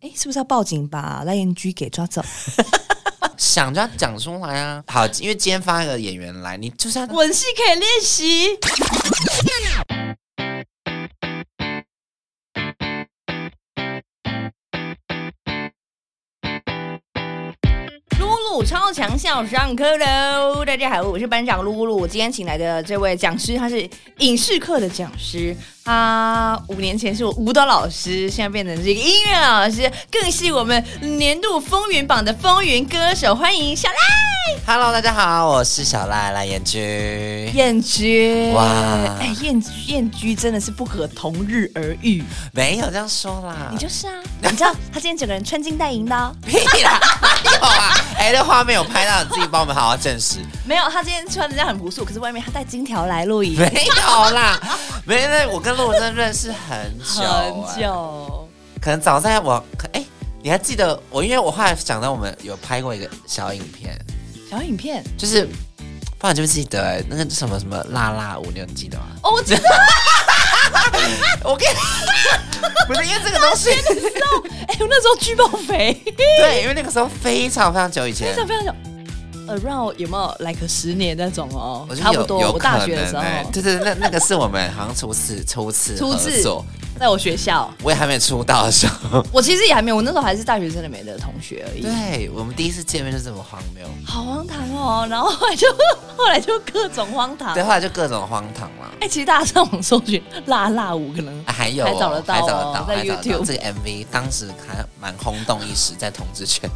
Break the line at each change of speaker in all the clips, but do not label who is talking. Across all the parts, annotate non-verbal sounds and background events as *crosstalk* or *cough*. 哎，是不是要报警把赖燕居给抓走？
想就要讲出来啊。好，因为今天发个演员来，你就是要
吻戏可以练习。露露超强校上课喽！大家好，我是班长露露。今天请来的这位讲师，他是影视课的讲师。他五年前是我舞蹈老师，现在变成是一个音乐老师，更是我们年度风云榜的风云歌手。欢迎小赖
Hello，大家好，我是小赖赖燕君。
燕居
哇
哎，燕居燕居真的是不可同日而语。
没有这样说啦，
你就是啊，你知道他今天整个人穿金戴银的
*laughs*
哦、
屁啦，没有啊。哎、那画面有拍到，你自己帮我们好好证实。
没有，他今天穿的这样很朴素，可是外面他戴金条来录影，
*laughs* 没有啦，没那我跟陆真的认识很久、
很
哎，
久。
可能早在我可哎、你还记得我？因为我后来想到我们有拍过一个小影片，
小影片
就是不然就不记得、哎那个什么什么辣辣舞，你有记得吗？
哦，我知
*laughs*
道，
我跟你，不是因为这个东西，
哎、我那时候巨爆肥，
*laughs* 对，因为那个时候非常非常久以前
非，常非常久。around 有没有 like 十年那种哦？
我觉
差
得有
不多，
有
我大
可
学的
能
时候，
哎对对，对那那个是我们好像初次初次
初
合
次
作，
在我学校，
我也还没出道的时
*laughs*
候，
我其实也还没有，我那时候还是大学生的美的同学而已。
对我们第一次见面就这么荒谬，
好荒唐哦。然后后来就 *laughs* 后来就各种荒唐。
对，后来就各种荒唐了。
哎、其实大家上网搜寻辣辣舞，可能 *laughs*
啊还有哦、
还找得到哦
还找得到，
在
还找得到
YouTube
这个 MV 当时还蛮轰动一时，在同志圈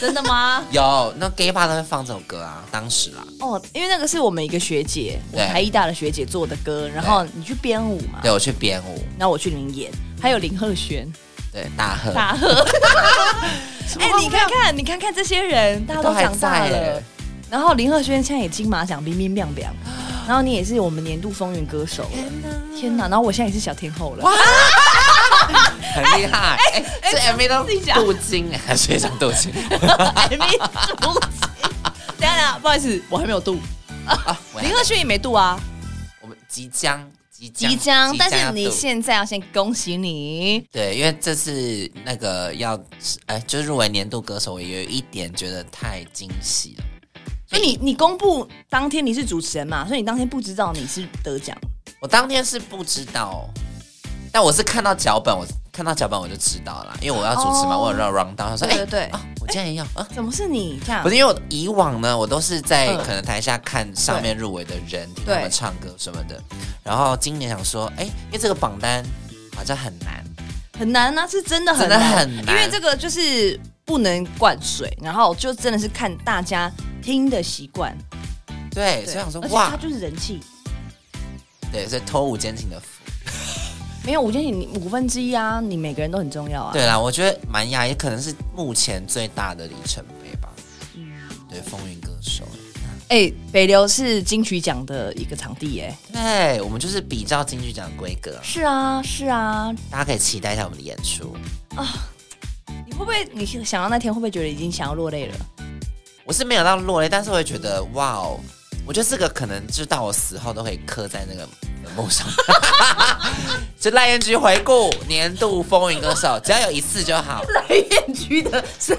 真的吗？
有那 gay bar 都会放这首歌啊，当时啦，
哦，因为那个是我们一个学姐，我
对
台艺大的学姐做的歌，然后你去编舞嘛，
对我去编舞，
然后我去领演，还有林鹤轩、
对大贺
大
*laughs*
贺。哎、
荒
你看看，你看看这些人，大家都
还
长大
在欸
了
耶。
然后林鹤轩现在也金马奖冰冰亮亮，然后你也是我们年度风云歌手了。天哪！然后我现在也是小天后了。
很厉
*laughs*
害，哎、这 MV
自己讲
都镀金，还是讲镀金
还没渡，等一下等一下，不好意思，我还没有渡。
啊？我
林鹤轩也没渡啊，
我们即将即将
即将，但
要
是你
镀
现在要先恭喜你，
对，因为这次那个要哎、就是入围年度歌手，我有一点觉得太惊喜了。
所以你你公布当天你是主持人嘛，所以你当天不知道你是得奖，
我当天是不知道，但我是看到脚本，我看到脚本我就知道了，因为我要主持嘛，
哦
我有要 round down，他说
对
哎、
对对
啊，我竟然要啊。
怎么是你这样？
不是因为我以往呢，我都是在
嗯
可能台下看上面入围的人，听他
对
们唱歌什么的。然后今年想说，哎、因为这个榜单好像很难，
很难啊，是真的很
真的
难，
很
因
难
为这个就是不能灌水，然后就真的是看大家听的习惯，
对，
对
所以想说
而且
哇
他，就是人气，
对，所以偷舞间情的福。
没有，我觉得你五分之一啊，你每个人都很重要啊。
对啦，我觉得蛮讶异，可能是目前最大的里程碑吧。对，风云歌手。
哎、北流是金曲奖的一个场地、哎，
对，我们就是比较金曲奖的规格，
是啊，是啊，
大家可以期待一下我们的演出。
你会不会你想到那天会不会觉得已经想要落泪了？
我是没有到落泪，但是我会觉得哇哦，我觉得这个可能就到我死后都可以刻在那个坟墓上。就赖燕菊回顾年度风云歌手，只要有一次就好。
燕居的是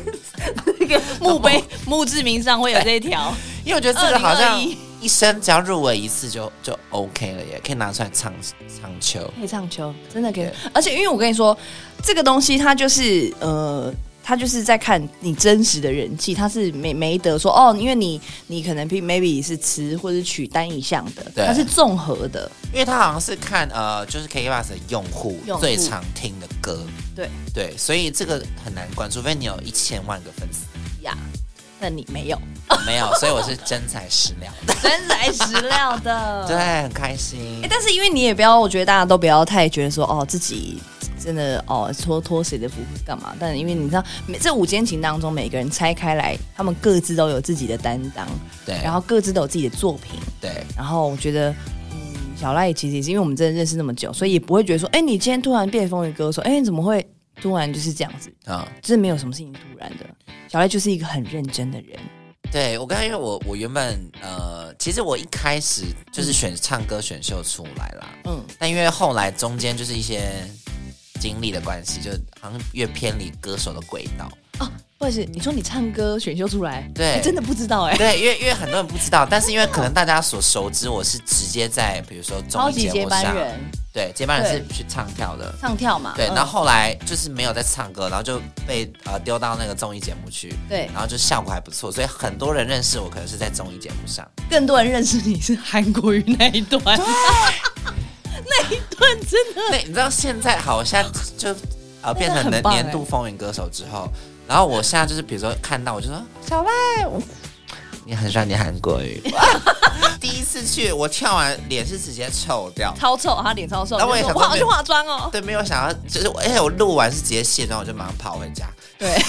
那个墓 *laughs* 碑墓志铭上会有这一条，
因为我觉得这个好像
2021
一生只要入围一次就就 OK 了耶，可以拿出来唱唱秋。
可以唱秋，真的可以
对。
而且因为我跟你说，这个东西它就是呃。它就是在看你真实的人气，它是没没得说哦，因为你你可能 p- maybe 是词或者曲单一项的，
对
它是综合的，
因为他好像是看呃，就是 K Bus 的用户
用户
最常听的歌，
对
对，所以这个很难管，除非你有一千万个粉丝，
呀。那你没有
没有，所以我是真材实
*laughs*
料的，
真材实料 *laughs* 的，
对，很开心
欸。但是因为你也不要，我觉得大家都不要太觉得说哦自己真的哦托托谁的福干嘛？但因为你知道，每这五间情当中，每个人拆开来，他们各自都有自己的担当，
对，
然后各自都有自己的作品。
对，
然后我觉得，嗯，小赖其实也是因为我们真的认识那么久，所以也不会觉得说，哎、你今天突然变风雨歌手，哎、你怎么会突然就是这样子？
啊、
就是没有什么事情突然的。小赖就是一个很认真的人，
对我刚才因为我我原本呃，其实我一开始就是选唱歌选秀出来啦，
嗯，
但因为后来中间就是一些经历的关系，就好像越偏离歌手的轨道。
哦，或者是你说你唱歌选秀出来，
对
哎真的不知道哎、
*laughs* 对，因为因为很多人不知道，但是因为可能大家所熟知，我是直接在比如说综
超
艺
级
节
接
目
班
上，
人
对，接班人是去唱跳的。
唱跳嘛，
对，
嗯
然后后来就是没有在唱歌，然后就被呃丢到那个综艺节目去，
对
然后就效果还不错，所以很多人认识我，可能是在综艺节目上。
更多人认识你是韩国瑜那一
*laughs*
段，那一段真的
对，你知道现在好，我现在就呃变成
嗯很
年
棒欸
年度风云歌手之后，然后我现在就是比如说看到我就说小赖，我你很喜欢你韩国
*laughs*
语， *laughs* 第一次去我跳完脸是直接臭掉，
超臭，他脸超臭，
然后我也
就
想
说
说
我好去
对
化妆哦，
对，没有想到就是我，而且我录完是直接卸妆，我就马上跑回家。
对，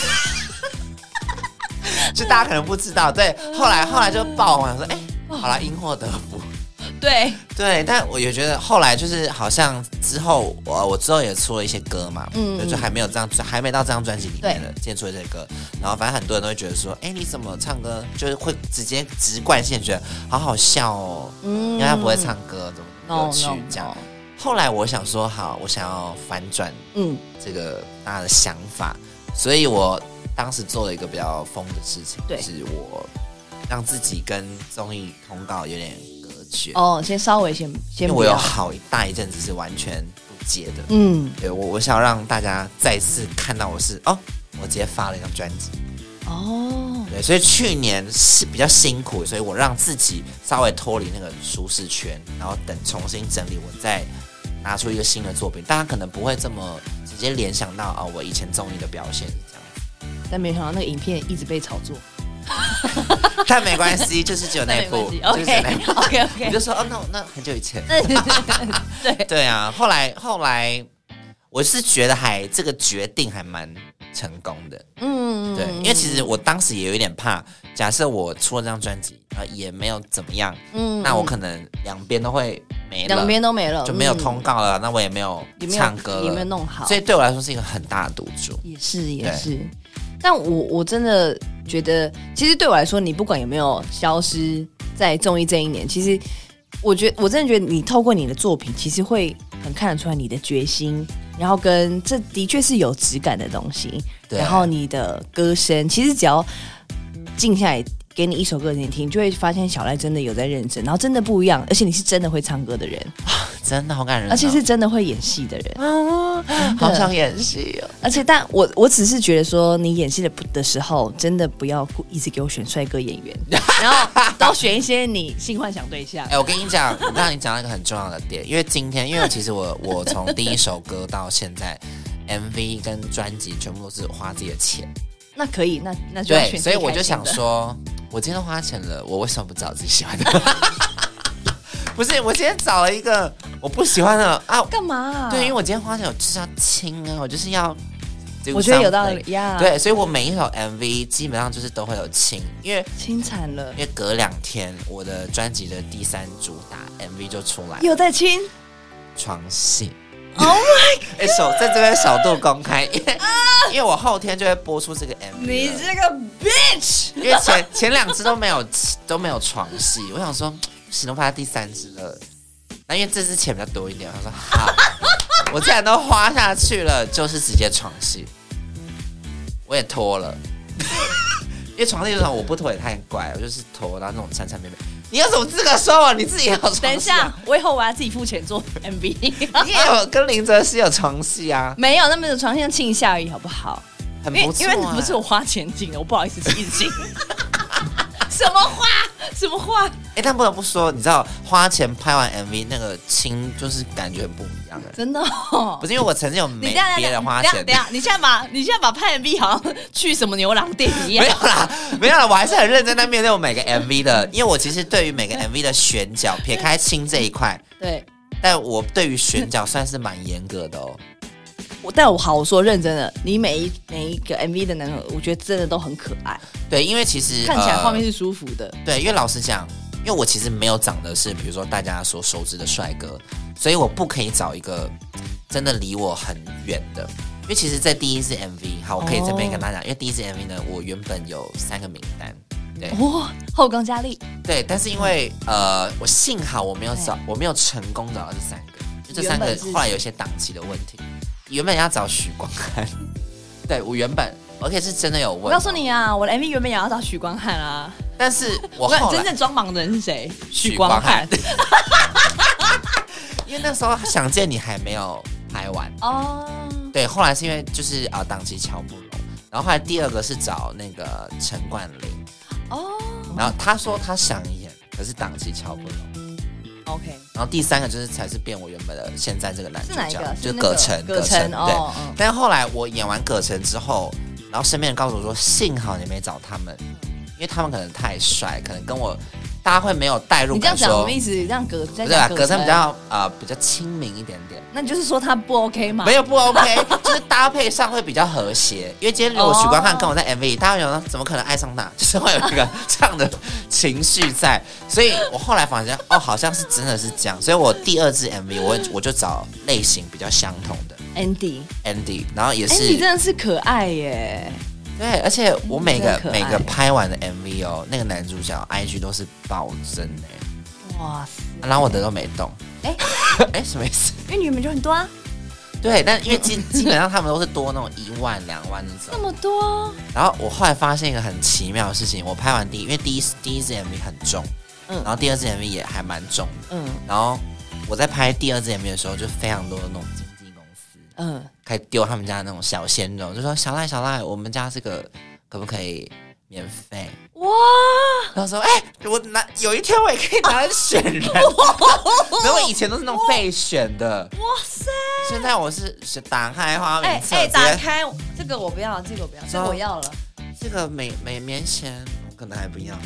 就大家可能不知道，对，后来后来就爆红，我想说哎、好啦，因祸得福。
*laughs* 对，
对，但我也觉得后来就是好像之后我我之后也出了一些歌嘛，嗯，就还没有这张还没到这张专辑里面的，先出了这些歌，然后反正很多人都会觉得说，哎、你怎么唱歌就是会直接直贯线，觉得好好笑哦，嗯，因为他不会唱歌，怎么
嗯 No,
有趣
no,
这样。
no
后来我想说，好，我想要反转
嗯，
这个大家的想法，所以我当时做了一个比较疯的事情，
对
就是我让自己跟综艺通告有点隔绝，
哦，先稍微先
因
先
为
不
我有 *laughs*
要，
好一大一阵子是完全不接的。
嗯，
对我，我想让大家再次看到我是哦，我直接发了一张专辑。嗯
哦，
对，所以去年是比较辛苦，所以我让自己稍微脱离那个舒适圈，然后等重新整理，我再拿出一个新的作品。大家可能不会这么直接联想到啊、我以前综艺的表现是这样。
但没想到那个影片一直被炒作，
但没关系，就是只
*laughs*
有那一部，就是只有那一
，OK *laughs*
部。
OK
你
OK，
就说哦，那我那很久以前，
对，
对啊。后来后来，我是觉得还这个决定还蛮成功的，
嗯，
*laughs* 对，因为其实我当时也有一点怕，假设我出了这张专辑，然后也没有怎么样，
嗯
那我可能两边都会没了，
两边都没了，
就没有
嗯
通告了，那我也没有
也没有
唱歌了，
也没有弄好，
所以对我来说是一个很大的赌注。
也是也
对
是，但我我真的觉得，其实对我来说，你不管有没有消失在综艺这一年，其实我觉我真的觉得你透过你的作品，其实会很看得出来你的决心，然后跟这的确是有质感的东西，
对，啊
然后你的歌声，其实只要静下来。给你一首歌你听，就会发现小赖真的有在认真，然后真的不一样，而且你是真的会唱歌的人，
真的好感人、哦，
而且是真的会演戏的人。
好想演戏哦。
而且，但我我只是觉得说，你演戏的不的时候，真的不要故一直给我选帅哥演
*laughs*
员，然后都选一些你性幻想对象
哎、。我跟你讲，我让你讲到一个很重要的点，因为今天，因为其实我 *laughs* 我从第一首歌到现在，MV 跟专辑全部都是花自己的钱，
那可以，那那就要
对，
选。
所以我就想，说，我今天都花钱了，我为什么不找自己喜欢的？ *laughs* 不是，我今天找了一个我不喜欢的啊，
干嘛啊、
对，因为我今天花钱，我就是要亲啊，我就是要 do
我觉得有道
something。
理呀。，
对，所以我每一首 MV 基本上就是都会有亲，因为
清惨了
因，为隔两天我的专辑的第三主打 MV 就出来了，
又在亲，
床戏。Oh *laughs* my！哎、首在这边首度公开，因
啊
为、因为我后天就会播出这个 MV
你
了。
这个 bitch！
因为前前两支都没有都没有床戏，我想说不行，都拍到第三支了。那因为这支钱比较多一点，我想说好，我既然都花下去了，就是直接床戏，我也脱了。因为床戏这种我不脱也太怪了，我就是脱，然后那种缠缠绵绵。你有什么资格说我？你自己也有床戏、啊
等一下，，我以后我要自己付钱做 MV。
你也有跟林哲熙有床戏啊，
*laughs* 没有那么的床上亲一下而已，好不好？
很
因
不
为
错、
因
啊。
为不是我花钱请的，我不好意思自己
*laughs*
请。什么话？什么话？
哎、但不得不说，你知道花钱拍完 MV 那个亲，就是感觉不一样的。
真的、哦
不？是因为我曾经有没
你这样
别人花钱
等一，
*laughs*
下，你现在把你现在把拍 MV 好像去什么牛郎店一
没
样
有，啦，没有啦，我还是很认真在面对我每个 MV 的，因为我其实对于每个 MV 的选角，撇开亲这一块，
*laughs* 对。
但我对于选角算是蛮严格的哦。
我但我好，我说认真的，你每一每一个 MV 的男友，我觉得真的都很可爱，
对，因为其实
看起来
呃
画面是舒服的。
对，因为老实讲，因为我其实没有长得是比如说大家所熟知的帅哥，所以我不可以找一个真的离我很远的。因为其实，在第一支 MV，好，我可以这边跟大家讲，因为第一支 MV 呢，我原本有三个名单，呃对，
哇、哦后宫佳丽，
对，但是因为呃，我幸好我没有找，我没有成功找到这三个，就这三个
原本是
后来有一些档期的问题，原本要找许光汉， *laughs* 对我原本而且是真的有问，哦
我告诉，你啊，我的 MV 原本也要找许光汉啊，
但是
*laughs*
我
我
后
真
来
正装忙的人是谁？
许
光
光
汉
汉。因为那时候想见你还没有拍完，
哦，
对，后来是因为就是啊档期敲不拢，然后后来第二个是找那个陈冠霖，
哦
然后他说他想演，可是档期敲不拢。
，OK，
然后第三个就是才是变我原本的现在这个男主
是哪一
角
个？，
就是
那
葛
个
晨，
葛
晨
晨
对。
哦，嗯
但后来我演完葛晨之后，然后身边人告诉我说，幸好你没找他们，因为他们可能太帅，可能跟我大家会没有代入
你这样
感
讲，我
说
们，一直让葛在
不对吧？
讲
葛晨
晨
比，较啊比较亲民一点点，
那你就是说他不 OK 嘛？
没有不 OK，就是 *laughs* 搭配上会比较和谐。因为今天如果许光汉
哦
跟我在 MV，里大家会想说怎么可能爱上他？ *laughs* 就是会有一个这样的情绪在，所以我后来发现哦，好像是真的是这样。所以我第二支 MV 我我就找类型比较相同的
Andy，
Andy，然后也是
Andy 真的是可爱耶，
对，而且我每个
真的可爱
每个拍完的 MV 哦，那个男主角 IG 都是暴增哎、
哇塞，
*laughs* 然后我的都没动。
哎
哎，什么意思？
因为你们就很多啊，
对，但因为基基本上他们都是多那种一万两万那
那
种。
么多，
然后我后来发现一个很奇妙的事情，我拍完第一，因为第一第一支 MV 很重，
嗯
然后第二支 MV 也还蛮重的。
嗯
然后我在拍第二支 MV 的时候，就非常多的那种经纪公司
嗯，
开始丢他们家的那种小鲜肉，就说小赖小赖，我们家这个可不可以免费？
哇，
*laughs* 然后说：“哎、我拿有一天我也可以拿来
*laughs*
选人。然后以前都是那种备选的，
哇塞！
现在我是是打开花名
哎
册，
哎，
直
打
接
开这个我不要，这个我不要，这个我要了， *laughs*
这个每每年前我可能还不一样。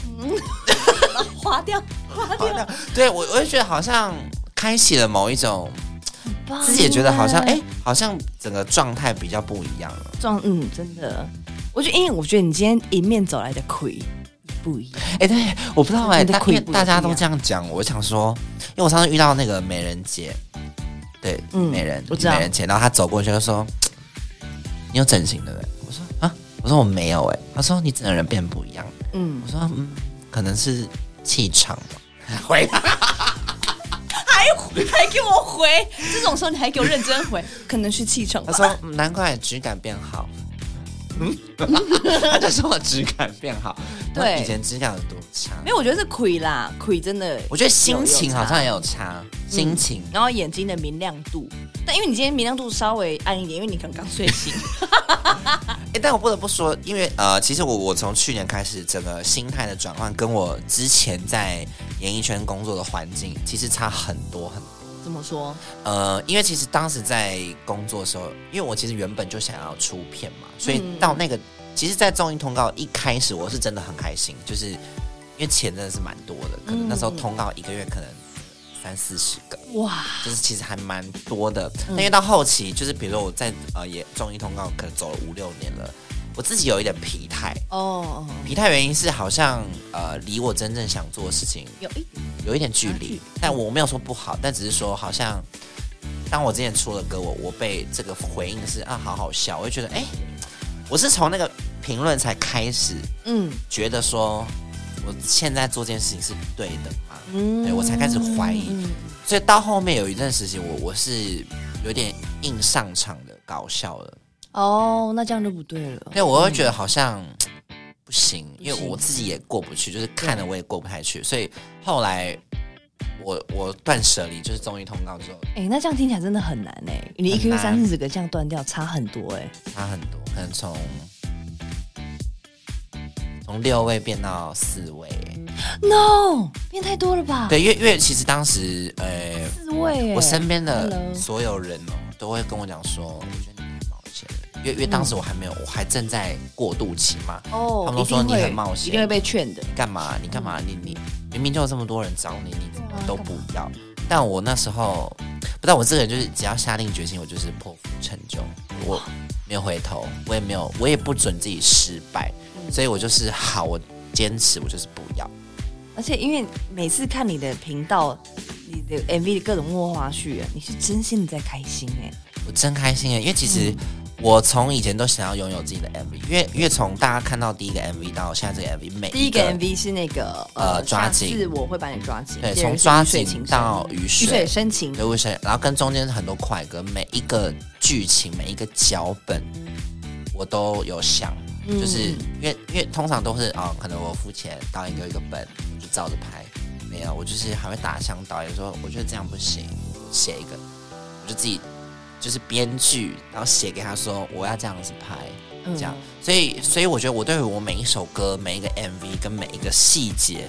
划掉，划
好
掉，
那对我我就觉得好像开启了某一种，
棒
自己也觉得好像
耶
哎、好像整个状态比较不一样了。
撞，嗯，真的，我觉得，因为我觉得你今天迎面走来的魁不
*laughs*
一样，
哎、对，我不知道哎、
真的
大
溃
因
不
为
一
大家都
样
这样讲，我想说，因为我上次遇到那个美人姐，对，
嗯
美人，
我知道
美人姐，然后她走过去就说：“你有整形对不对？”我说：“啊，我说我没有哎、她说：“你整个人变不一样。” *laughs*
嗯
我，说：“嗯，可能是气场吧。”回答
还还给我回，这种时候你还给我认真回， *laughs* 可能是气场
她
吧。
说：“嗯难怪质感变好。” *laughs* 嗯，她就说我质感变好，
对
那以前质感有多差？
没有，我觉得是魁啦，魁真的，
我觉得心
有
情
有差嗯
好像也有差，心情。
然后眼睛的明亮度，但因为你今天明亮度稍微暗一点，因为你可能刚睡
*laughs*
醒。
哎、但我不得不说，因为呃，其实我我从去年开始，整个心态的转换跟我之前在演艺圈工作的环境其实差很多很多。
怎么说？
呃，因为其实当时在工作的时候，因为我其实原本就想要出片嘛，所以
嗯
到那个，其实，在综艺通告一开始，我是真的很开心，就是因为钱真的是蛮多的，可能那时候
嗯
通告一个月可能三四十个，
哇，
就是其实还蛮多的。那因为到后期，就是比如说我在呃也综艺通告可能走了五六年了，我自己有一点疲态。
哦，
疲态原因是好像呃离我真正想做的事情
有一点
有一点距
有距
离
离，
但我没有说不好，但只是说好像当我之前出了歌，我我被这个回应是啊好好笑，我就觉得哎、我是从那个评论才开始
嗯
觉得说我现在做这件事情是对的吗？
嗯
对我才开始怀疑
嗯
所以到后面有一段时间，我我是有点硬上场的搞笑了，
哦，那这样就不对了。
因为我会觉得好像、不行，因
不
为
行
我自己也过不去，就是看了我也过不太去，所以后来我我断舍离，就是综艺通告之后
哎、那这样听起来真的很难哎、你一个月三四十个这样断掉，差很多哎、
差很多，可能从从六位变到四位，
No，变太多了吧？，
对，因为因为其实当时呃，
四位哎、
我身边的
Hello
所有人哦，都会跟我讲说，我觉得你太冒险了，因为因为当时我还没有，我还正在过渡期嘛，
哦，
他们都说
一定会
你很冒险
一定会被劝的。
干嘛？你干嘛？你你明明就有这么多人找你，你怎
啊
么都不要？但我那时候不知道，我这个人就是只要下定决心，我就是破釜沉舟，我没有回头，我也没有，我也不准自己失败，
嗯
所以我就是好，我坚持，我就是不要。
而且因为每次看你的频道，你的 MV 的各种幕后花絮啊，你是真心的在开心哎、
嗯
我真开心耶，因为其实我从以前都想要拥有自己的 MV，因为因为从大家看到第一个 MV 到现在这个 MV，每
第一个
个
MV 是那个
呃抓紧
下次我会把你抓紧。
对，
第二
从
个是
抓
雨水
紧
情
到
深
雨
雨水
水，
深情，
对雨水，然后跟中间很多快歌，每一个剧情每一个脚本我都有想，就是因为因为通常都是啊、可能我付钱导演给我一个本，我就照着拍，没有，我就是还会打向导演说，我觉得这样不行，我写一个，我就自己就是编剧，然后写给他说我要这样子拍，这样，所以所以我觉得我对我每一首歌、每一个 MV 跟每一个细节，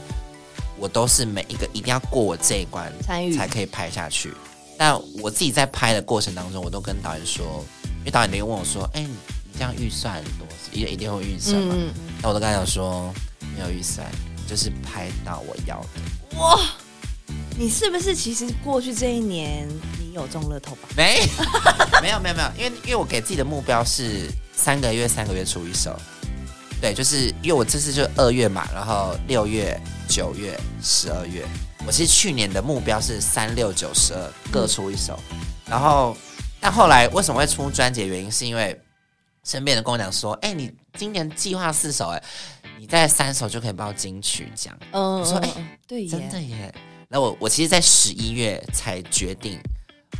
我都是每一个一定要过我这一关
参与
才可以拍下去。但我自己在拍的过程当中，我都跟导演说，因为导演连问我说：“哎、你这样预算多少？一定一定会有预算嘛？”
嗯，
那我都跟他讲说没有预算，就是拍到我要的。
你是不是其实过去这一年你有中乐透吧？
没， *laughs* 没有没有没有，因为因为我给自己的目标是三个月三个月出一首，对，就是因为我这次就二月嘛，然后六月、九月、十二月，我其实去年的目标是三六九十二各出一首，然后但后来为什么会出专辑？的原因是因为身边人跟我讲说，哎、你今年计划四首、哎，你在三首就可以报金曲奖。
嗯，
我说哎
嗯对耶，
真的耶！然后我我其实，在十一月才决定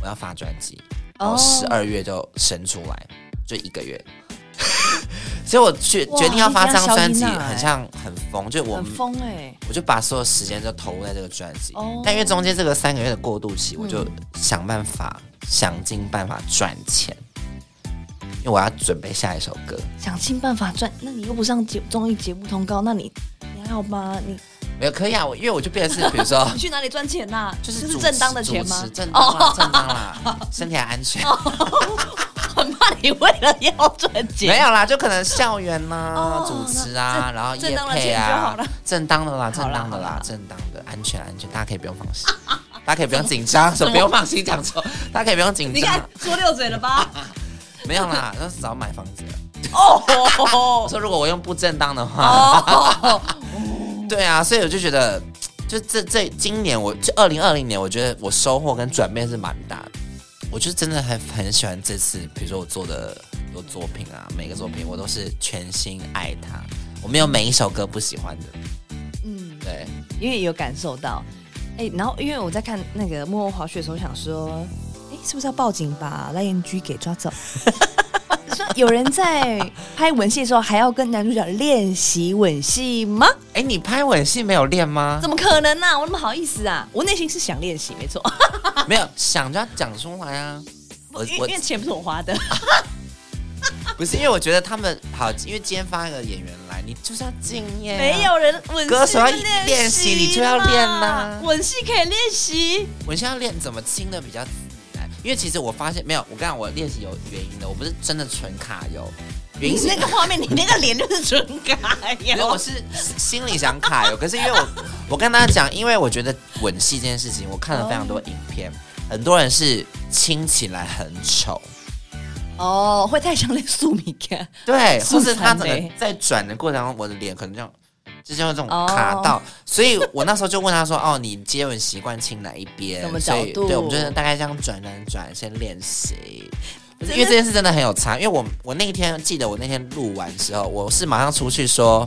我要发专辑，然后
哦
十二月就生出来，就一个月。 *laughs* 所以我决
哇
决定要发这张专辑，
你这样小姨娜哎
很像很疯，就我
很疯哎，
我就把所有时间都投入在这个专辑。
哦嗯
但因为中间这个三个月的过渡期，我就想办法、想尽办法赚钱，因为我要准备下一首歌。
想尽办法赚，那你又不上节综艺节目通告，那你你还好吗？你
没有可以啊，我因为我就变成是比如说
*laughs* 你去哪里赚钱呐？
啊就是
这是
主
正当
持
的钱
主
吗哦
持？正当啦，正当啦，身体还安全。
很怕你为了要赚钱，
没有啦，就可能校园啦、
哦
主持啊，然后
正
夜
当的
配
钱就
啊
好了，
正当的啦，
好啦
正当的
好啦
啦，正当的，安全安全，大家可以不用放心，大家可以不用紧张，说不用放心讲错，大家可以不用紧
你
张
看，说溜嘴了
*laughs*
吧？
没有啦，那是早买房子了。我 *laughs*
哦，
说如果我用不正当的
哦
话，对啊，所以我就觉得，就这这今年我就二零二零年，我觉得我收获跟转变是蛮大的。我就真的很很喜欢这次，比如说我做的很多作品啊，每个作品我都是全心爱它，我没有每一首歌不喜欢的。
嗯，
对，
因为有感受到，哎，然后因为我在看那个幕后滑雪的时候，想说，哎，是不是要报警把赖燕居给抓
*laughs*
走？说有人在拍吻戏的时候还要跟男主角练习吻戏吗？
哎，你拍吻戏没有练吗？
怎么可能呢、啊？我那么好意思啊？我内心是想练习，没错，
没有，想就要讲出来啊。 *laughs* 我
因为
我
因为钱不是我花的。
不是因为我觉得他们好，因为今天发一个演员来，你就是要敬业啊、
没有人吻戏
歌手要
会练
练习你就要练
啦
呐
吻戏可以练习，
我现在要练怎么亲的比较自然，因为其实我发现没有，我刚刚我练习有原因的，我不是真的纯卡油，原因
你
是
那个画面，你那个脸就是纯
啊
*laughs*
感
因为
呀
我。是心里想
*laughs*
卡油，可是因为我我跟大家讲，因为我觉得吻戏这件事情，我看了非常多影片，很多人是亲起来很丑，
哦，会太像那素米干，
对，
素
或
材
是他整
美
个在转的过程中，我的脸可能这样。就是有这种
哦
卡到所以我那时候就问他说：“哦，你接吻习惯亲哪一边？
什么
所以
角度
对，我们就是大概这样转转转，先练习。
真的
因为这件事真的很有差。因为我我那一天记得我那天录完之后，我是马上出去说：“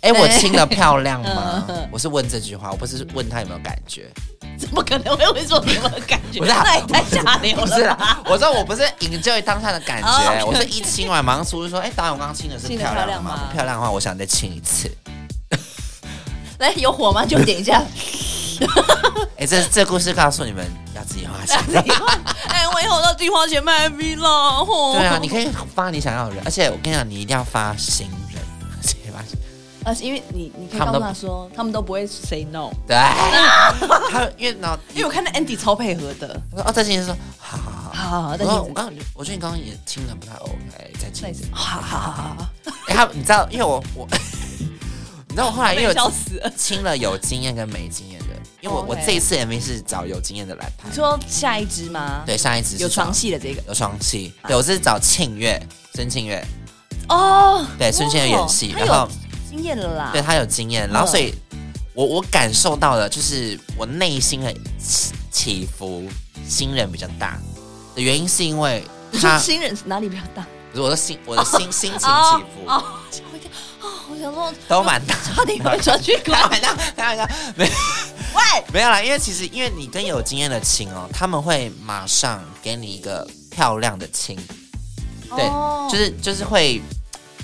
哎、我亲的漂
*laughs*
亮吗？”
嗯
我是问这句话，我不是问他有没有感觉。
怎么可能会会说你有没有感觉？
不是啊
那也太下流
不
了。
是啦，我说我不是 enjoy 当下的感觉
哦，
我是一亲完马上出去说，哎、导演，我刚刚亲的是
亲得
漂亮
漂
的
亮吗
吗？不漂亮的话，我想再亲一次。
来，有火吗？就点一
*laughs*
下。
哎、这这故事告诉你们要自己花钱。
哎，我以后到地花钱卖 MV 了。吼
对啊，你可以发你想要的人，而且我跟你讲，你一定要发新人，直接发新
而呃且因为你你可以
他
告
们
诉
都
他说，他们都不会 say no，
对，他因为然后
因为我看到 Andy 超配合的，啊
我说哦，再亲一次说，好好好好。
好好，
我
但
说
是
我刚，我觉得你刚刚也亲的不太 OK，再亲一次。
好好好好好，
哎、他你知道，因为我我，你知道我后来因为
笑
我
死
*laughs*
了。
亲了有经验跟没经验的，因为我我
OK
这一次 MV 是找有经验的来拍
你。说下一支吗？，
对，上一次是
有床
找
戏的啊这个
有床戏，对我是找庆月，孙庆月，
哦，
对孙庆月演戏，
哇
然后
哦他有经验了啦，
对他有经验，然后
嗯
所以我我感受到的就是我内心的起起伏，新人比较大的原因是因为
你说 *laughs*
他
新人哪里比较大？
我的心我的心心情起伏
哦，吓我一跳！哦，我想说
都蛮大。
差点快转去
*laughs* 开
看。
玩笑，开玩笑，没
喂，
没有啦，因为其实因为你跟有经验的亲哦，他们会马上给你一个漂亮的亲， *laughs* 对，
哦
就是就是会，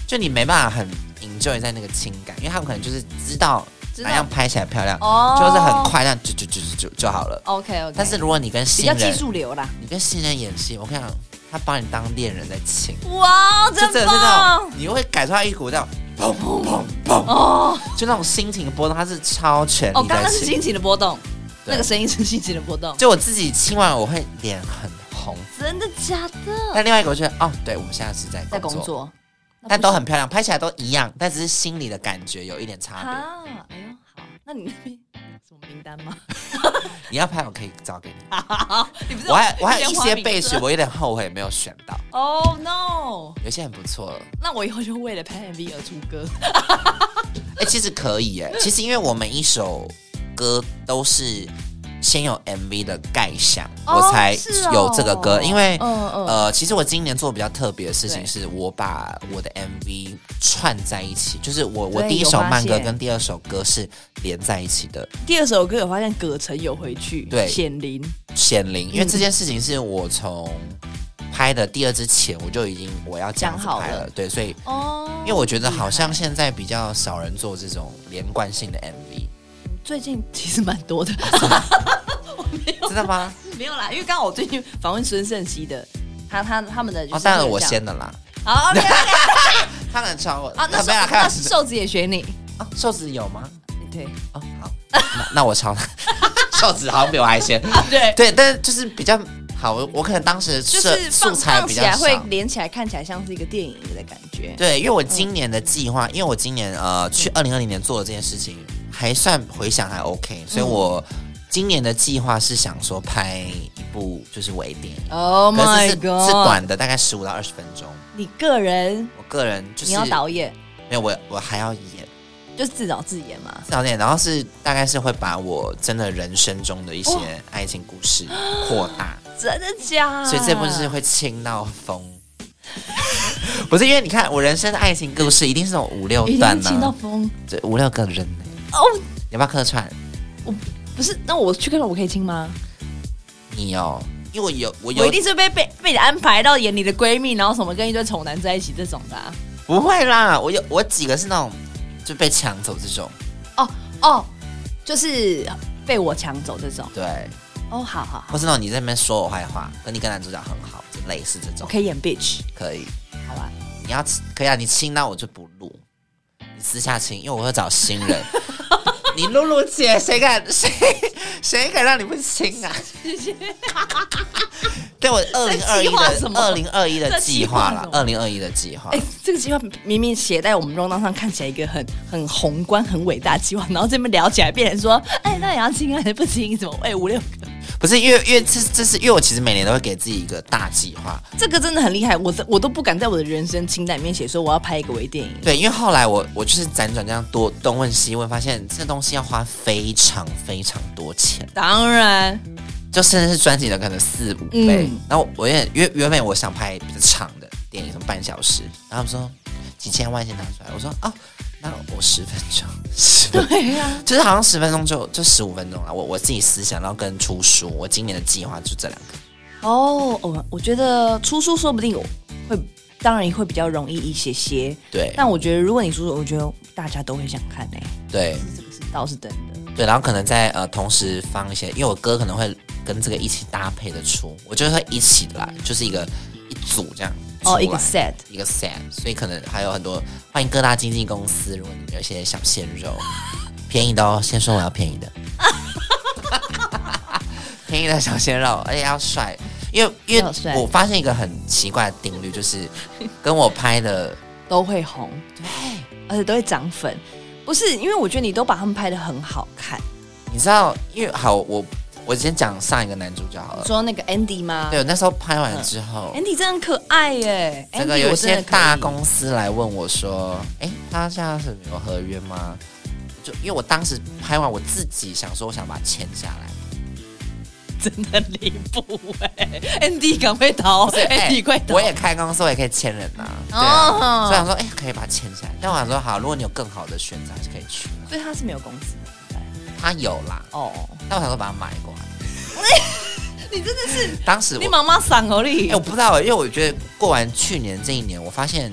就你没办法很 enjoy 在那个情感，因为他们可能就是知道
知道
哪样拍起来漂亮，
哦
就是很。快，但就就就就就就好了。
OK OK，
但是如果你跟
比
新
较技
人，
术流啦。
你跟新人演戏，我跟你讲，他把你当恋人在亲，
哇，
就真的
真
是那种
棒！
你会感受到一股那种砰砰砰砰，
哦
就那种心情的波动，他是超全
哦，
力
刚
在
刚是
亲。
心情的波动，
对
那个声音是心情的波动，
就我自己亲完我会脸很红，
真的假的？
但另外一个我觉得哦，对我现在是在
在
工
工
作，
作，
但都很漂亮，拍起来都一样，但只是心里的感觉有一点差别。
啊，哎呦，好，那你 *laughs* 那边有什么名单
*laughs*
吗？
你要拍，我可以找给你。
你不是
我还我还有一
莲花
些
名
备
册
选，我有点后悔没有选到，
Oh no！
有些很不错了。
那我以后就为了拍 MV 而出歌。
哎、其实可
*laughs*
以哎、其实因为我每一首歌都是先有 MV 的概想，
哦
我才
是哦
有这个歌。因为、
嗯嗯
呃，其实我今年做比较特别的事情
对
是，我把我的 MV 串在一起，就是我我
对
第一
有
首
发
慢歌
现
跟第二首歌是连在一起的。
第二首歌有发现葛城有回去，
对
显灵，
显灵，
嗯
因为这件事情是我从拍的第二支前我就已经我要这样子
讲好
拍了，
了
对，所以
哦
因为我觉得好像现在比较少人做这种连贯性的
*laughs*
MV，
最近其实蛮多的，
真的吗？
*laughs* 没有啦，因为刚好我最近访问孙盛熙的，他他他们的就
哦，
是
当然
会有
我
这样，
先的啦，
好哦 OK OK
*laughs* 他能超我
啊，那
没有啦
瘦
开
那
玩笑
瘦子也选你，
啊
*laughs*
瘦子有吗？
对
哦，好，那那我超 *laughs* 瘦子好像比我还先，
对，
对，但是就是比较好，我我可能当时
就
摄
是
素
放
材
放
比
起
较
来会
少。
连起来，看起来像是一个电影的感觉。
对，因为我今
嗯
年的计划，因为我今年呃去二零二零年做的这件事情，还算回想还 OK，所以
嗯
我今年的计划是想说拍一部就是微电影
Oh
可是
my
是
god！
是短的，大概十五到二十分钟。
你个人
我个人就是
你要导演，
没有我我还要演
就是自导自演嘛。
导演，然后是大概是会把我真的人生中的一些爱情故事扩
*gasps*
大，
真的假？
所以这部
啊
就是会轻到疯。 *laughs* 不是因为你看我人生的爱情故事一定是那种五六
已
段
经
呢、
亲到疯
这五六个人呢、
哦，
你要不要客串？
不是？那我去看看我可以亲吗？
你哦，因为我有我有
我一定是被被被你安排到演你的闺蜜，然后什么跟一堆丑男在一起这种的啊、
不会啦，我有我几个是那种就被抢走这种，
哦，就是被我抢走这种。
对，
哦，好好好，
或是那种你在那边说我坏话，跟你跟男主角很好，类似这
我
种
可以演 bitch，
可以。
好啊吧？
你要亲可以啊，你亲那我就不录，你私下亲，因为我会找新人。
*laughs*
你露露姐，谁敢谁谁敢让你不亲啊？对我二零二
计
一
划
的
什么
二零二一的
在
计
计
划
划
啦
什，么
二零二一的计划
哎、，这个计划明明写在我们 r o n 上看起来一个很很宏观、很伟大的计划，然后这边聊起来变成说，哎、那你要亲还是不亲？怎么？哎、五六个，
不是因为因为这这是因为我其实每年都会给自己一个大计划，
这个真的很厉害，我都我都不敢在我的人生清单里面写说我要拍一个微电影。
对，因为后来我我就是辗转这样多东问西问，发现这东西要花非常非常多钱，
当然，
就甚至是专辑的可能四五倍。然后我也原原本我想拍比较长的电影，什么半小时，然后他们说几千万先拿出来，我说哦，那我十分钟，十分
对啊呀、
就是好像十分钟就就十五分钟了。我我自己思想，然后跟出书，我今年的计划就这两个。
哦，我我觉得出书说不定会，当然会比较容易一些些。
对
但我觉得如果你出书，我觉得大家都会想看欸诶、
对
这个是倒是真的。
对，然后可能在呃同时放一些，因为我歌可能会跟这个一起搭配的出，我觉得会一起来，就是一个一组这样出来。
哦，一个 set，
一个 set，所以可能还有很多欢迎各大经纪公司，如果你们有一些小鲜肉，便宜的哦，先说我要便宜的， *laughs* 便宜的小鲜肉，而且要帅，因为因为
要帅
我发现一个很奇怪的定律，就是跟我拍的
都会红，对，而且都会涨粉。不是，因为我觉得你都把他们拍的很好看。
你知道，因为好我我先讲上一个男主角好了，
说那个 Andy 吗？
呃对，我那时候拍完之后。
，Andy 真的很可爱耶。
这个
Andy
有一
哎我真
些
的可以
大公司来问我说：“哎、他现在是有合约吗？”就因为我当时拍完，我自己想说，我想把它签下来，
真的很离谱哎、Andy 赶快
*laughs*
逃，Andy
哎
快逃
哎我！也开公司，我也可以签人呐、对
哦
啊，所以想说，哎、可以把它签下来。但我想说，好，如果你有更好的选择，还是可以去。
所以他是没有工资的
他有啦，
哦。
但我想说把它买过来。
*laughs* 你真的是，
当时
你
我，
妈妈赏哦你
哎、我不知道，因为我觉得过完去年这一年，我发现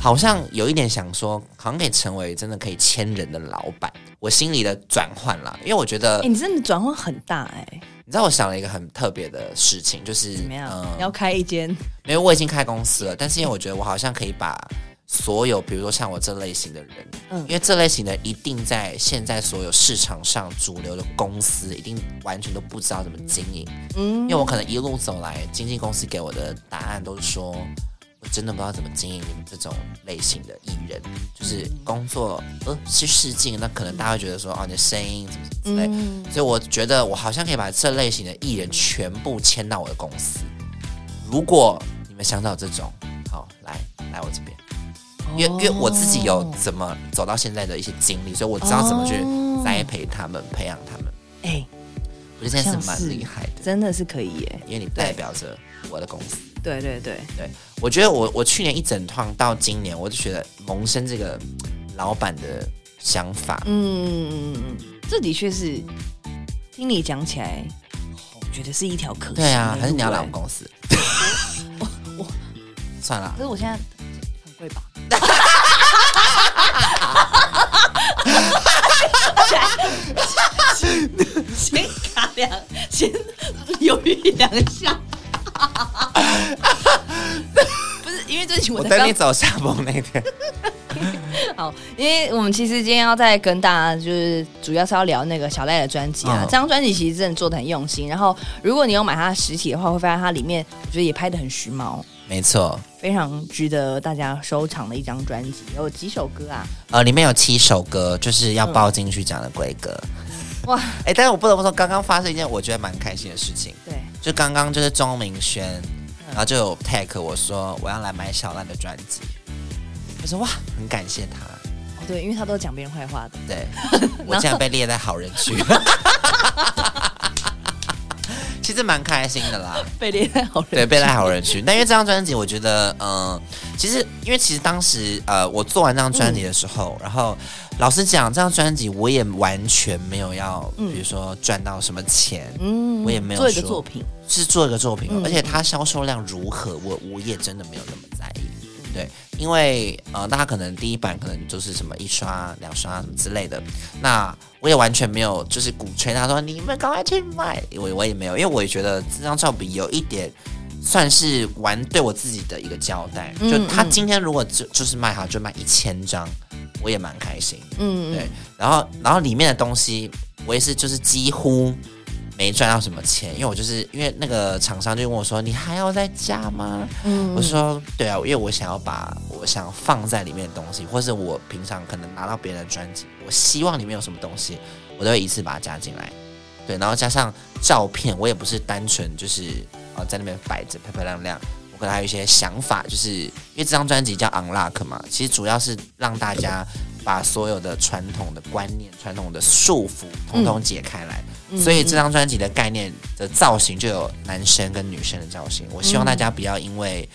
好像有一点想说，好像可以成为真的可以签人的老板。我心里的转换啦，因为我觉得，
哎，你真的转换很大哎、
你知道，我想了一个很特别的事情，就是
怎么样？
嗯
你要开一间
因为我已经开公司了，但是因为我觉得我好像可以把所有，比如说像我这类型的人，
嗯
因为这类型的一定在现在所有市场上主流的公司，一定完全都不知道怎么经营。
嗯
因为我可能一路走来，经纪公司给我的答案都是说，我真的不知道怎么经营你们这种类型的艺人，就是
嗯
工作呃是试镜，那可能大家会觉得说，哦，你的声音怎么怎么之类，
嗯
所以我觉得我好像可以把这类型的艺人全部签到我的公司。如果你们想找这种，好来来我这边，因为因为我自己有怎么走到现在的一些经历，所以我知道怎么去
哦
栽培他们、培养他们。
哎、
我觉得这件事
像是
蛮厉害的，
真的是可以耶、
因为你代表着我的公司。
对对对，
对我觉得我我去年一整趟到今年，我就觉得萌生这个老板的想法，
嗯，这的确是，听你讲起来，我觉得是一条可行的
对啊，还是你要
路
来我
哎
们公司？我算了
欸可，是我现在很贵吧？先卡两，先犹豫两下。 *laughs* 不是因为这群
我
我才
等
刚
你走下坡那天。
好，因为我们其实今天要再跟大家，就是主要是要聊那个小赖的专辑啊。
嗯
这张专辑其实真的做的很用心，然后如果你有买它的实体的话，会发现它里面我觉得也拍的很时髦，
*laughs* 没错，
非常值得大家收藏的一张专辑。有几首歌啊？
呃，里面有七首歌，就是要包进去讲的规格。
哇，
哎、但是我不得不说，刚刚发生一件我觉得蛮开心的事情，
对，
就刚刚就是钟明轩，然后就有 tag 我说我要来买小烂的专辑，我说哇，很感谢他，
哦对，因为他都讲别人坏话的。
*laughs* 对我竟然被列在好人区， *laughs* 其实蛮开心的啦。
被列在好人
对，被赖好人区。但因为这张专辑，我觉得，嗯、其实因为其实当时，呃，我做完这张专辑的时候，然后老实讲，这张专辑我也完全没有要，比如说赚到什么钱，
嗯
我也没有
做一个
说
作品，
是做一个作品，
嗯
而且它销售量如何，我我也真的没有那么在意。对，因为呃，大家可能第一版可能就是什么一刷、两刷什么之类的，那我也完全没有就是鼓吹他说你们赶快去买，我我也没有，因为我也觉得这张照片有一点算是玩对我自己的一个交代，
嗯
就他
嗯
今天如果就就是卖好就卖一千张，我也蛮开心的。
嗯，
对，然后然后里面的东西，我也是就是几乎没赚到什么钱，因为我就是因为那个厂商就问我说：“你还要再加吗？”
嗯
我说：“对啊，因为我想要把我想放在里面的东西，或是我平常可能拿到别人的专辑，我希望里面有什么东西，我都会一次把它加进来。对，然后加上照片，我也不是单纯就是呃在那边摆着漂漂亮亮。”我可能还有一些想法，就是因为这张专辑叫《Unlock》嘛，其实主要是让大家把所有的传统的观念、传统的束缚统统解开来。
嗯
所以这张专辑的概念的造型就有男生跟女生的造型。我希望大家不要因为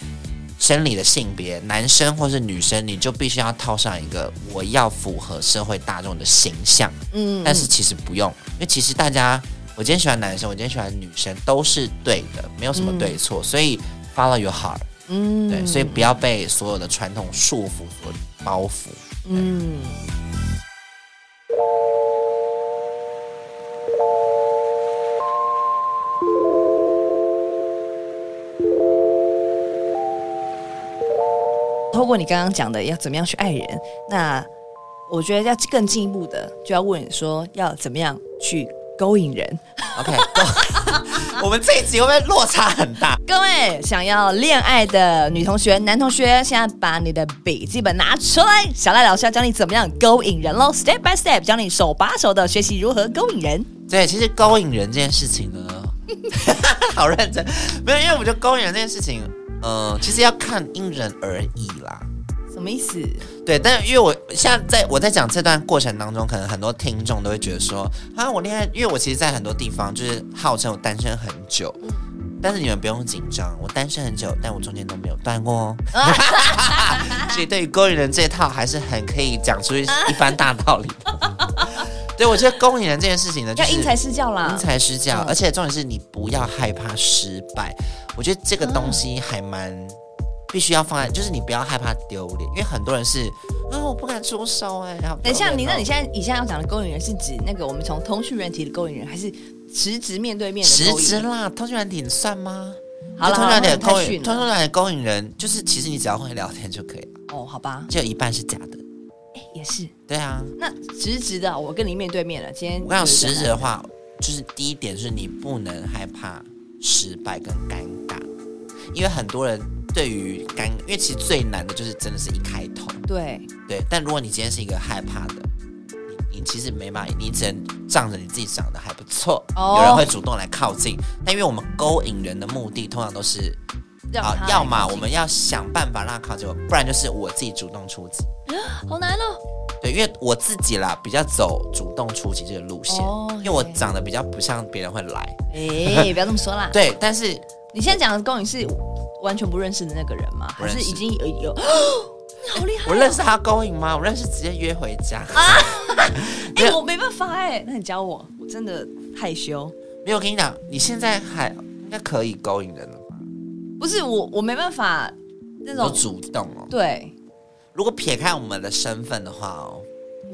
生理的性别，男生或是女生，你就必须要套上一个我要符合社会大众的形象。
嗯
但是其实不用，因为其实大家，我今天喜欢男生，我今天喜欢女生，都是对的，没有什么对错，所以 follow your heart，
嗯
对，所以不要被所有的传统束缚所包袱。
嗯。透过你刚刚讲的要怎么样去爱人，那我觉得要更进一步的，就要问你说要怎么样去勾引人。
OK，我们这一集会不会落差很大？
各位想要恋爱的女同学、男同学，现在把你的笔记本拿出来，小赖老师要教你怎么样勾引人喽，step by step，教你手把手的学习如何勾引人。
对，其实勾引人这件事情呢， *laughs* 好认呃真，没有，因为我觉得勾引人这件事情，嗯、其实要看因人而异啦。
什么意思？
对，但因为我现在在我在讲这段过程当中，可能很多听众都会觉得说啊，我恋爱，因为我其实，在很多地方就是号称我单身很久，但是你们不用紧张，我单身很久，但我中间都没有断过哦。 *laughs* 所以对于勾引人这一套，还是很可以讲出一番大道理的。 *laughs* 对，我觉得勾引人这件事情呢，就
要
是
因材施教啦
因。材施教，
嗯
而且重点是你不要害怕失败。我觉得这个东
嗯
西还蛮必须要放在，就是你不要害怕丢脸，因为很多人是啊，我不敢出手哎、好丢脸哦
等一下，你那你现在以下要讲的勾引人是指那个我们从通讯人体的勾引人，还是实质面对面的
实
勾引
质
人？
啦，通讯软体算吗？
好了，
通
好
讯
了
软体的
那
勾
太
引，
逊
通讯
了。
软体的勾引人，就是其实你只要会聊天就可以了，
哦，好吧，
只有一半是假的。
哎，也是。
对啊，
那实质的，我跟你面对面了。今天
我想
有一个
实质的话，就是第一点是你不能害怕失败跟尴尬，因为很多人对于尴，因为其实最难的就是真的是一开头。
对，
对，但如果你今天是一个害怕的，你你其实没办法，你只能仗着你自己长得还不错
哦
有人会主动来靠近。但因为我们勾引人的目的通常都是
让
啊
他，
要么我们要想办法让他靠近我，不然就是我自己主动出击。
*gasps* 好难
*laughs*
哦。
对，因为我自己啦，比较走主动出击这个路线
哦
因为我
嘿
长得比较不像别人会来。
哎，不要这么说啦。
对，但是
你现在讲的勾引是完全不认识的那个人吗？
不
还
认识
是已经有有？ *gasps* 你好厉害！哦
我认识他勾引吗？我认识直接约回家。
啊哎，我没办法哎，那你教我，我真的害羞。
没有，我跟你讲，你现在还应该可以勾引人了吧？
不是我，我没办法那
有
种
主动哦。
对
如果撇开我们的身份的话哦，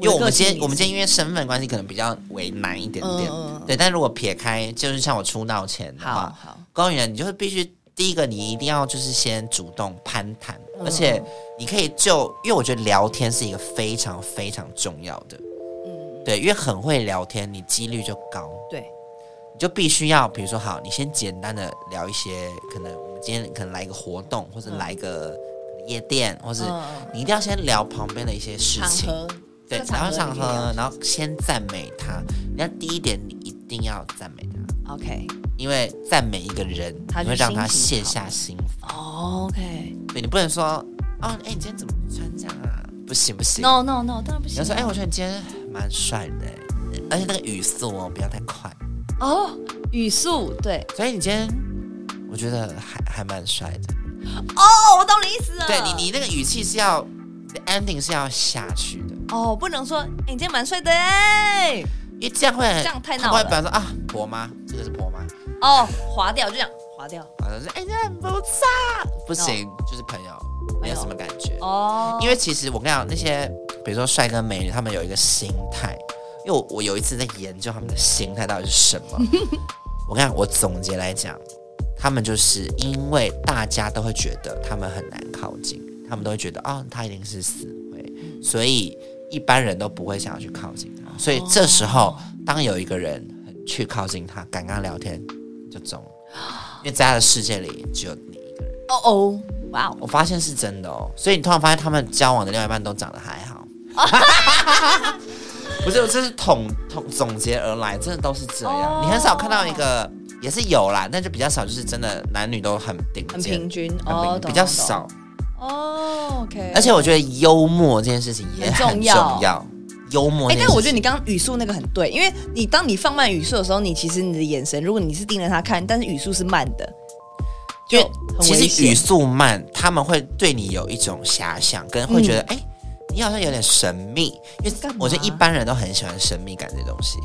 我的
因为我
个
们
性
今
也
天
是
我们今天因为身份关系可能比较为难一点
嗯
点，
嗯嗯
对。但如果撇开，就是像我出道前的
好
话，
好
高人你就是必须第一个，你一定要就是先主动攀谈，
嗯
而且你可以就因为我觉得聊天是一个非常非常重要的，
嗯
对，因为很会聊天，你几率就高。
对
你就必须要，比如说，好，你先简单的聊一些，可能我们今天可能来一个活动，或者
嗯
来一个夜店，或是
嗯嗯
你一定要先聊旁边的一些事
场
情，
合
对，
这个
然后
场合
场
你可以
合，然后先赞美他。你要第一点，你一定要赞美他，
OK
因为赞美一个人，
他
你
就
会让他
心
卸
情
下心防。
哦 OK
对你不能说，哦，哎、你今天怎么穿这样啊？不行不行
No No No 当然不
你
行
要说，哎、我觉得你今天蛮帅的，欸而且那个语速哦，不要太快。
哦语速对
所以你今天，我觉得还还蛮帅的。
哦我懂你意思了
对你，你那个语气是要你的，ending 是要下去的，
哦不能说哎你今天蛮帅的哎
因为这样会
这样太
他
闹
会
了
表示啊，婆妈，这个是婆妈，
哦划掉就这样划掉
好像是哎，这很不错，啊不行，就是朋友，没有什么感觉。
哦
因为其实我跟你讲，那些比如说帅哥美女，他们有一个心态，因为我我有一次在研究他们的心态到底是什么。我跟你讲，我总结来讲，他们就是因为大家都会觉得他们很难靠近，他们都会觉得啊、他一定是死灰，所以一般人都不会想要去靠近他。所以这时候，当有一个人去靠近他，敢跟他聊天，就中了，因为在他的世界里只有你一个人。
哦哦哇哦
我发现是真的哦，所以你突然发现他们交往的另外一半都长得还
*laughs*
好。不是，我这是统统总结而来，真的都是这样。
哦
你很少看到一个，也是有啦，但就比较少，就是真的男女都很顶
很
尖，
平均
很
哦
平
懂
比较
懂懂
少。
哦 OK
而且我觉得幽默这件事情也
很
很
重
重
要
要，幽默
哎、
这件事情。
但我觉得你刚刚语速那个很对，因为你当你放慢语速的时候，你其实你的眼神，如果你是盯着他看，但是语速是慢的，就
因为
很危
其实语
险。
速慢，他们会对你有一种遐想，跟会觉得
嗯
哎、诶你好像有点神秘。因为
干嘛
我觉得一般人都很喜欢神秘感这东西。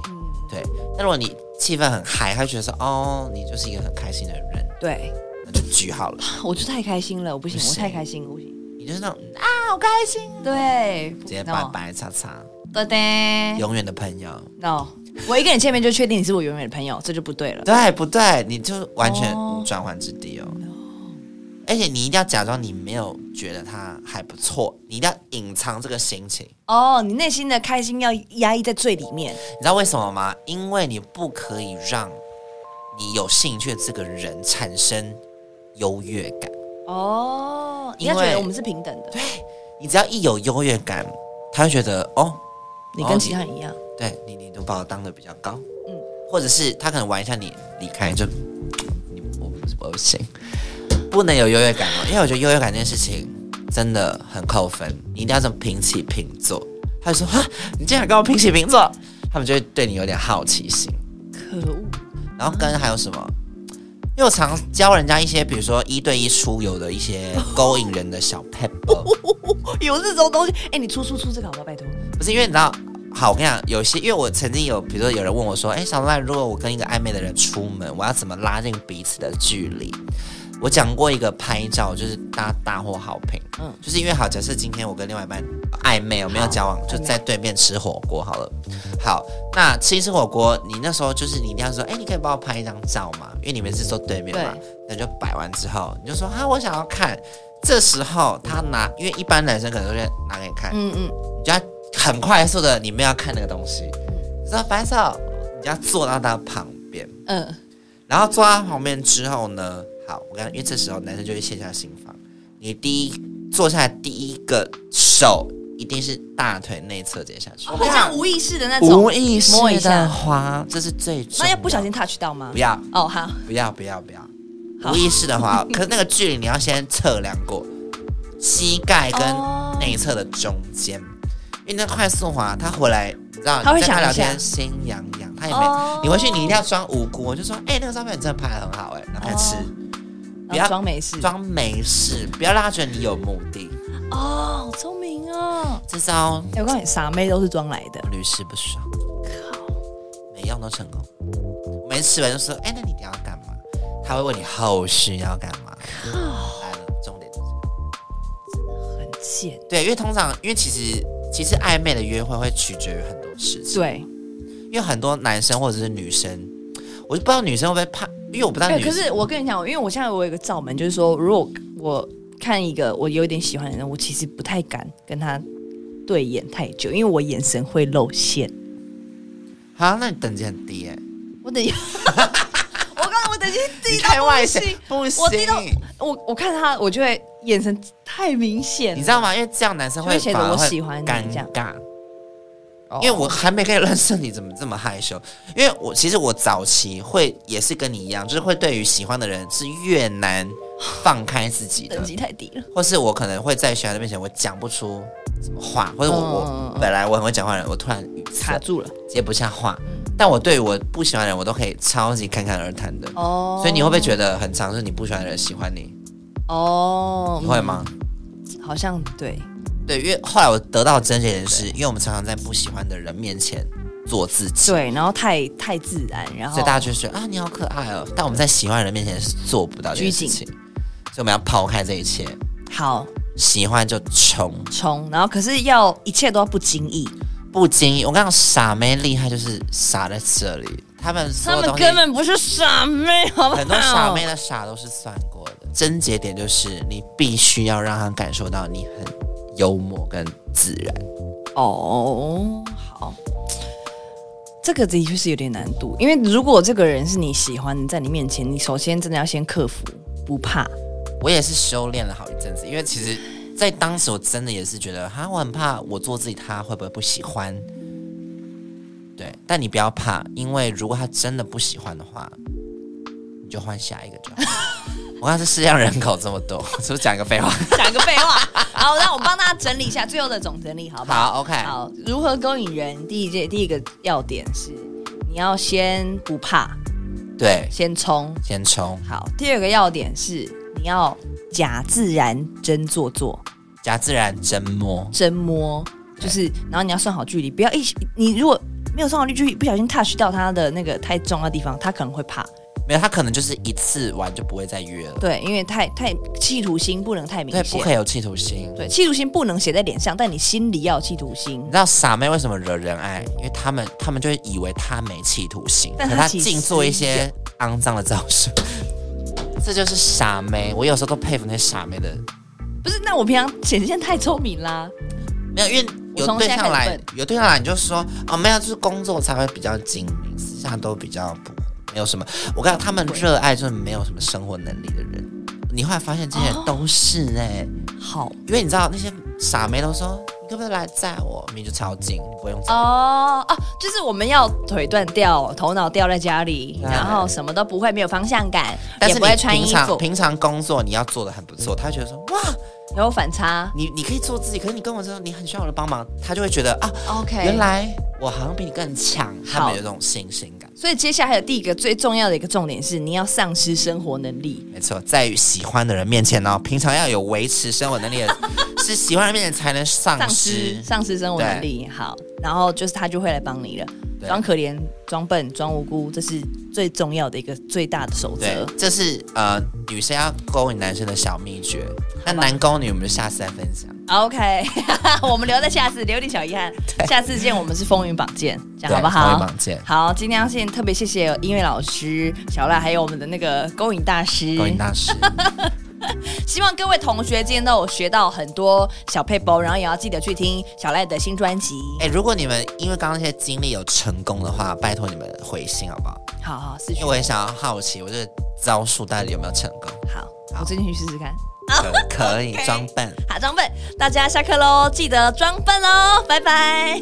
对，但如果你气氛很嗨，他会觉得说哦，你就是一个很开心的人，
对， *sighs*
那就举好了。
*laughs* 我就太开心了，我不行，
不行
我太开心，我不行。
你就是那种啊，好开心，
对，
直接
拜
拜。拜擦擦，
对的。
永远的朋友。
No，我一跟你见面就确定你是我永远的朋友，这就不对了。
对不对？你就完全
哦
无转换之地哦。而且你一定要假装你没有觉得他还不错，你一定要隐藏这个心情。
哦你内心的开心要压抑在最里面。
你知道为什么吗？因为你不可以让你有兴趣的这个人产生优越感。
哦，你
因
要觉
为哦
得我们是平等的，
你只要一有优越感，他会觉得哦，
你跟其他人一样。
对你，你都把我当的比较高，
嗯
嗯，或者是他可能玩一下你离开就，嗯你我我不行，不能有优越感哦，因为我觉得优越感这件事情真的很扣分，你一定要这么平起平坐。他就说哈，你竟然跟我平起平坐，他们就会对你有点好奇心。
可恶，
然后跟还有什么？因为我常教人家一些，比如说一对一出游的一些勾引人的小 p e p
*laughs* 有这种东西，哎、你出出出这个好不好？拜托，
不是因为你知道，好，我跟你讲，有些因为我曾经有，比如说有人问我说，哎，小赖，如果我跟一个暧昧的人出门，我要怎么拉近彼此的距离？我讲过一个拍照，就是大大获好评，
嗯
嗯，就是因为好，假设今天我跟另外一半暧昧，我没有交往，就在对面吃火锅好了。好，那吃一吃火锅，你那时候就是你一定要说，哎、你可以帮我拍一张照吗？因为你们是坐对面嘛
对，
那你就摆完之后，你就说啊，我想要看。这时候他拿，因为一般男生可能都会拿给你看，
嗯嗯，
你就要很快速的，你们要看那个东西，你知道反手，你就要坐到他旁边，
嗯，
然后坐到他旁边之后呢，好，我跟你讲因为这时候男生就会卸下心防，你第一坐下来第一个手一定是大腿内侧直接下
哦
去，
很像无意识的那种
无，意识
摸一下
的滑，这是最重
那要
要。
不小心 touch 到吗
不？要
哦，好，
不要不要不要，
好
无意识
*laughs*
的滑，可是那个距离你要先测量过，膝盖跟
哦
内侧的中间，因为那快速滑，他回来，你知道，
他会
你在跟
想一
聊
下
天心痒痒，他也没，
哦
你回去你一定要装无辜，我就说，哎、那个照片你真的拍的很
哦
好、哎，然后开始吃，
嗯
不
然后
要
装没事，
装没事，不要让他觉得你有目的，
哦，好聪明哦。
这招
哎、我告诉你，傻妹都是装来的。
屡试不爽，每样都成功。我每次吃完就说，哎、那你等一下要干嘛？他会问你后续要干嘛？来了，重点就是。
很贱，
对，因为通常，因为其实其实暧昧的约会会取决于很多事情，
对，
因为很多男生或者是女生，我就不知道女生会不会怕，因为我不知道
哎、
女
可
生、
是我跟你讲，因为我现在我有一个罩门，就是说，如果我看一个我有点喜欢的人，我其实不太敢跟他对眼太久，因为我眼神会露馅。
好，那你等级
*laughs*
很低哎、
我等一下，我刚才我等一下
*laughs* 你
低
太
到
外
啊不
显
行，
不
我低到
行，
我我看他，我就会眼神太明显
你
了
知。道吗？因为这样男生
就会
会
显得
反而
我
会
喜欢你
尴
这样哦
尬。因为我还没跟你认识，你怎么这么害羞？因为我其实我早期会也是跟你一样，就是会对于喜欢的人是越难放开自己的
等，级太低了，
或是我可能会在喜欢的面前我讲不出什么话，或者
嗯
我、
嗯嗯
我本来我很会讲话的人，我突然语塞
卡住了
接不下话，但我对于我不喜欢的人，我都可以超级侃侃而谈的。
哦
所以你会不会觉得很常是你不喜欢的人喜欢你？
哦
你会？吗？
嗯好像对，
对，因为后来我得到的真解是，因为我们常常在不喜欢的人面前做自己，
对，然后太太自然，然
所
后
以大家就觉得啊你好可爱哦，但我们在喜欢的人面前是做不到这件事情，所以我们要抛开这一切，
好
喜欢就冲，
冲，然后可是要一切都要不经意，
不经意。我跟你讲，傻妹厉害就是傻在这里，他们所
他
有
们
东西
根本不是傻妹，好不好？
很多傻妹的傻都是算过的，症结点就是你必须要让他感受到你很幽默跟自然。
哦，好，这个的确是有点难度，因为如果这个人是你喜欢的，在你面前，你首先真的要先克服不怕，
我也是修炼了好一阵子，因为其实，在当时我真的也是觉得，哈，我很怕我做自己，他会不会不喜欢？对，但你不要怕，因为如果他真的不喜欢的话，你就换下一个就好。我看这世界上人口这么多，是不是讲一个废话？
讲一个废话。好，那我帮大家整理一下最后的总整理，好不好？
好，OK，
好，如何勾引人？第一件第一个要点是，你要先不怕，
对，
先冲。
先冲
好，第二个要点是，你要假自然，真做作，
加自然真摸，
真摸，就是，然后你要算好距离，不要一你如果没有算好距离，不小心 touch 到他的那个太重要的地方，他可能会怕。
没有他可能就是一次玩就不会再约了，
对，因为太太企图心不能太明
对，不
显。
可以有企图心。
对，企图心不能写在脸上，但你心里要有企图心
你。知道傻妹为什么惹人爱？因为他们他们就会以为她没企图心，
但
可
她
她
其实
净做一些肮脏的招数。 *laughs* 这就是傻妹，我有时候都佩服那些傻妹的，
不是，那我平常显现太聪明啦。
没有，因为
我
有
从
对
现在开
象
始
来
笨，
有对象来你就说哦，没有，就是工作才会比较精明，私下都比较不没有什么。我跟你讲，他们热爱就是没有什么生活能力的人，你后来发现这些人都是哎、
好，
因为你知道那些傻妹都说，你可不可以来载我？明明就超近，不用走。
哦哦，就是我们要腿断掉，头脑掉在家里，
对
然后什么都不会，没有方向感，
哎但
也
是
不
你
会穿衣
平常
服，
平常工作你要做的很不错，他会觉得说哇，
有反差。
你你可以做自己，可是你跟我说你很需要我的帮忙，他就会觉得啊，
OK，
原来我好像比你更强，他
好
们有这种信心感。
所以接下来的第一个最重要的一个重点是，你要丧失生活能力。
没错，在于喜欢的人面前呢，平常要有维持生活能力的，是喜欢的面前才能丧
丧
失
失。丧失生活能力，好，然后就是他就会来帮你了。
对
装可怜、装笨、装无辜，这是最重要的一个最大的守
对
则。，
这是呃女生要勾引男生的小秘诀。那男勾女，我们就下次再分享。
OK，我 *laughs* 们留在下次，留点小遗憾，下次见。我们是风云榜见，这样好
对
不
同一
好？
绑见，
好，今天要先特别谢谢音乐老师小赖，还有我们的那个勾引大师。
勾引
*laughs*
大师，
希望各位同学今天都有学到很多小配包，然后也要记得去听小赖的新专辑。
哎、如果你们因为刚刚那些经历有成功的话，拜托你们回信好不好？
好好，私
因
讯
为我也想要好奇，我这个招数到底有没有成功？
好，我最近去试试看。 *laughs*
可可以
哦 OK
装笨。
好，装笨，大家下课喽，记得装笨哦，拜拜。